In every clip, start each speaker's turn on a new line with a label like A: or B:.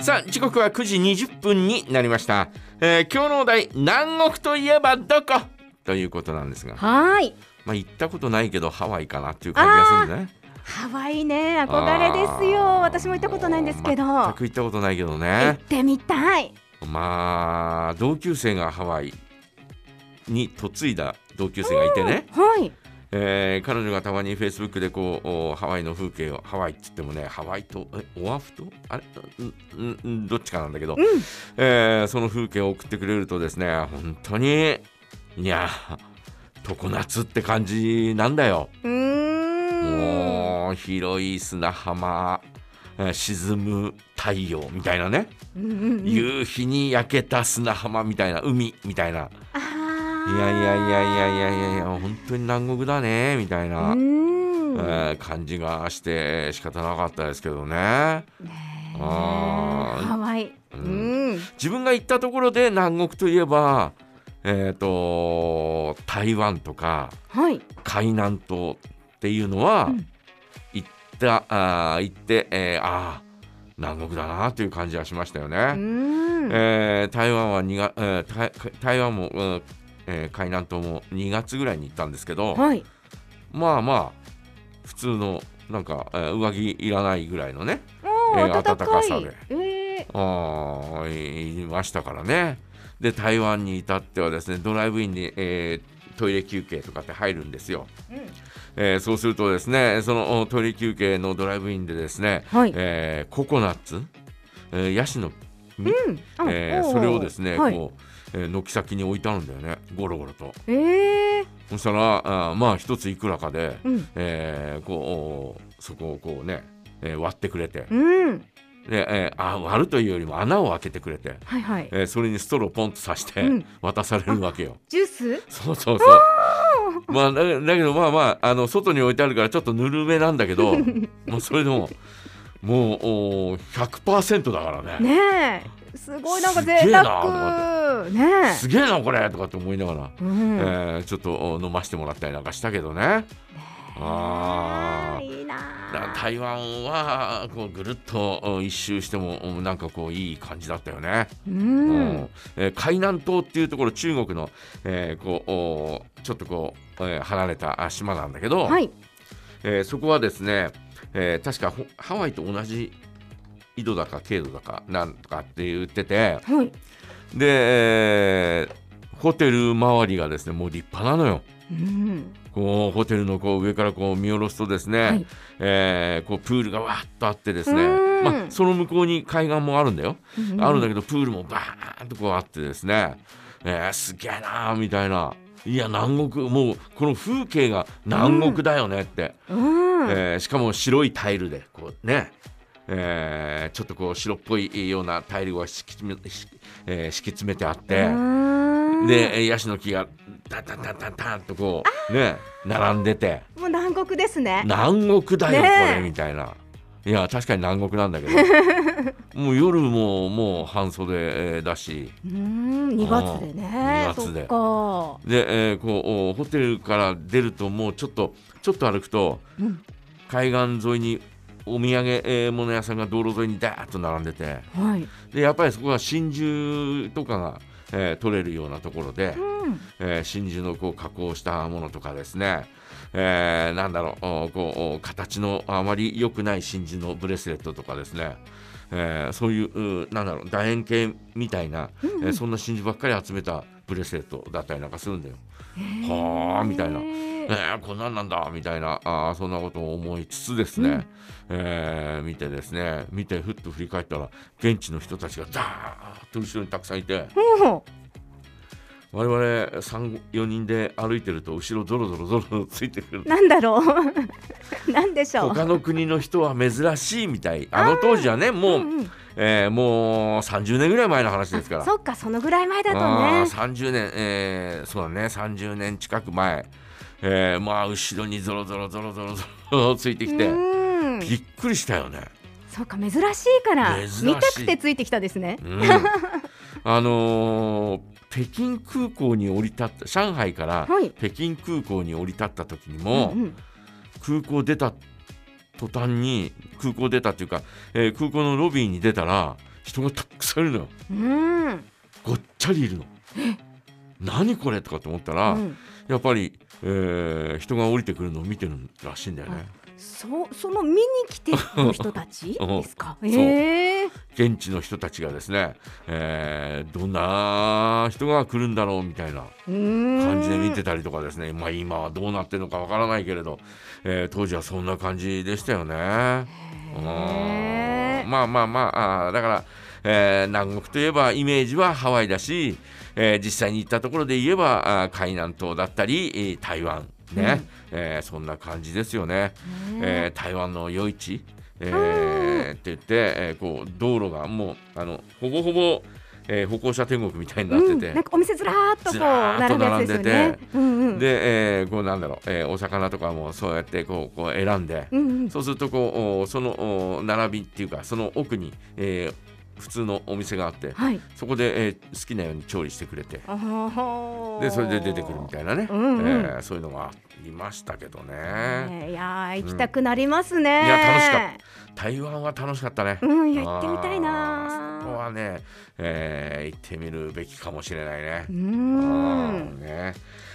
A: さあ時刻は9時20分になりました、えー今日のお題南国といえばどこということなんですが
B: はーい。
A: まあ行ったことないけどハワイかなっていう感じがするんだね
B: ハワイね、憧れです
A: あ
B: よ。
A: ー
B: 私も行ったことないんですけど。
A: 全
B: 行
A: く行ったことないけど
B: っ
A: ね
B: てみたい。
A: まあ同級生がハワイに嫁いだ同級生がいてね、
B: はい。
A: えー彼女がたまにフェイスブックでこうおハワイの風景をハワイって言ってもねハワイとえオアフとあれんんんどっちかなんだけど、
B: ん
A: えーその風景を送ってくれるとですね本当にいや常夏って感じなんだよ。
B: うーん。
A: もう広い砂浜えー沈む太陽みたいなね、
B: うんうんうん
A: 夕日に焼けた砂浜みたいな海みたいな
B: あ
A: い
B: ー
A: やいやいやいやいやいやいや本当に南国だねみたいうな、え
B: ーん。
A: ー感じがして仕方なかったですけどね
B: ねえ
A: あー
B: ハワイ。うんん。
A: 自分が行ったところで南国といえばえっ、と台湾とか
B: はい。
A: 海南島っていうのは、
B: うん
A: 行ったあー行って、えーあー南国だなという感じはしましたよ
B: う
A: ね。
B: ーん。
A: えー台湾は2月、えー台台湾も、うんえー海南島も2月ぐらいに行ったんですけど、
B: はい。
A: まあまあ普通のなんか、えー上着いらないぐらいのね
B: お
A: え
B: ー
A: ー
B: 暖
A: 暖か
B: か
A: さ
B: い
A: で。
B: え
A: あーいいましたからねで台湾に至ってはですねドライブインに、えートイレ休憩とかって入るんですよ、えーそうするとですねそのおトイレ休憩のドライブインでですね、
B: ーはい。
A: えーココナッツ、えーヤシの実、
B: うんあ
A: えー
B: おー
A: それをですね、
B: はい
A: こう、えー軒先に置いてあるんだよねゴロゴロと
B: えー
A: そしたらあーまあ一ついくらかで、
B: うん。
A: えーこうおーそこをこうね、えー割ってくれて、
B: うん。
A: でえーあ割るというよりも穴を開けてくれて、
B: はいはい。
A: えーそれにストローポンと刺して
B: うん
A: 渡されるわけよ。
B: ジュース
A: そうそうそう。まあだだけどまあまああの外に置いてあるからちょっとぬるめなんだけどもうそれでももうおー100%だからね
B: ねえ。すごいなんか贅
A: すげえな
B: 沢。ね
A: すげえなこれとかって思いながら、
B: え。うん。
A: えーちょっとお飲ましてもらったりなんかしたけどね。あ
B: あ
A: ー
B: いい
A: だから
B: なあ。
A: 台湾はこうぐるっとうん一周してもうんなんかこういい感じだったよね。
B: う。
A: うんえー海南島っていうところ中国の、えーこうおーちょっとこう、えー離れたあ島なんだけど、
B: はい。
A: えーそこはですね、えー確かほハワイと同じ緯度だか経度だかなんとかって言ってて
B: はい。
A: で、えーホテル周りがですねもう立派なのよ。
B: うん。
A: こうホテルのこう上からこう見下ろすとですね、
B: はい
A: えーこうプールがわーっとあってです
B: う
A: ね、
B: ん
A: まあ、その向こうに海岸もあるんだよ、あるんだ
B: け
A: けどプールもバーンとこうあってですね、えーすげえなーみたいないや南国もうこの風景が南国だよねって、
B: ど。うん。
A: えーしかも白いタイルでこうね、えーちょっとこう白っぽいようなタイルが敷き詰めしえー敷き詰めてあって。
B: うん
A: で、えーヤシの木がタンタンタンタンタンとこうね並んでて
B: もう南国ですね。
A: 南国だよ
B: ね
A: こ
B: え
A: れみたいな。いや確かに南国なんだけど もう夜ももう半袖えーだし
B: うん。二月でね。
A: うん二月で
B: そっ
A: で、えーこうおホテルから出るともうちょっとちょっと歩くと
B: か。うん。
A: 海岸沿いにお土産えー物屋さんが道路沿いにダーッと並んでて
B: はい。
A: でやっぱりそこは真珠とかが、えー取れるようなところで、
B: うん。
A: えー真珠のこう加工したものとかですね、えーなんだろうおこうお形のあまり良くない真珠のブレスレットとかですね、えーそういううなんだろう楕円形みたいな、えーそんな真珠ばっかり集めたブレスレットだったりなんかするんだよ。はあみたいな。
B: へ
A: え
B: え
A: ーこんなんなんだみたいなあーそんなことを思いつつですね、
B: うん
A: えー見てですね見てふっと振り返ったら現地の人たちがダーッと後ろにたくさんいて。
B: ほ
A: 我々三四人で歩いてると後ろドロドロドロドロついてくる
B: う。なんだろう。 なんでしょう。
A: 他の国の人は珍しいみたいあの当時はねもう、
B: うんうん
A: えーもう30年ぐらい前の話ですから
B: そっか、そのぐらい前だ
A: あー
B: とね。
A: 30年、えーそうだね30年近く前、えーまあ後ろにゾロゾロゾロゾロゾロついてきて、
B: うん。
A: びっくりしたよね、
B: そうか、珍しいから。
A: 珍しい
B: 見たくてついてきたですね。
A: うん あのー北京空港に降り立った上海から
B: はい
A: 北京空港に降り立った時に
B: う
A: も、
B: んうん
A: 空港出た途端に空港出たっていうか、えー空港のロビーに出たら人がたくさんいるのよ
B: うん。
A: ごっちゃりいるの何これとかと思ったら、
B: うん
A: やっぱり、えー人が降りてくるのを見てるらしいんだよね
B: そその見に来てる人たち
A: うん
B: ですか。
A: う
B: ええ
A: 現地の人たちがですね、えーどんな人が来るんだろうみたいな
B: 感
A: 感じで見てたりとかですね、まあ、今はどうなってるのかわからないけれど、えー当時はそんな感じでしたよね。うんまあまあまああーだから、えー南国といえばイメージはハワイだし、えー実際に行ったところで言えばあー海南島だったりえー台湾ね、えーそんな感じですよね。えー台湾の夜市、えーって言って、えーこう道路がもうあのほぼほぼ、えー歩行者天国みたいになってて。
B: うん、なんかお店ずらーっとこ
A: ず
B: う
A: らーっと
B: 並ぶやつですよね
A: 並んで。
B: うんうん。
A: で、えーこうなんだろう、えーお魚とかもそうやってこうこう選んで、
B: うんうん。
A: そうするとこうおそのお並びっていうかその奥に、えー普通のお店があって
B: はい。
A: そこで、えー好きなように調理してくれてでそれで出てくるみ
B: い
A: たいなね、
B: うんうん
A: えーそういうのがありましたけどね、
B: いやー行きたくなりますね。
A: いや楽しか台湾は楽しかったね。
B: うん、いや行ってみたい
A: あーそこ
B: な
A: はね、えー行ってみるべきかもしれないね。
B: ー。う
A: あー。
B: ん
A: ね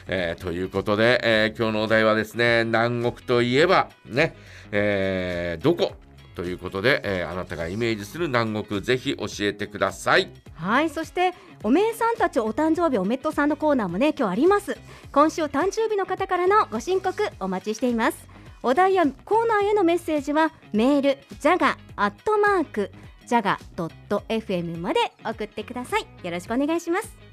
A: えーということで、えー今日のお題はですね南国といえばね、えーどこということで、えーあなたがイメージする南国ぜひ教えてください。
B: はいそしておめえさんたちお誕生日おめっとさんのコーナーもね今日あります今週誕生日の方からのご申告お待ちしていますお題やコーナーへのメッセージはメールジャガアットマークジャガ .fm まで送ってくださいよろしくお願いします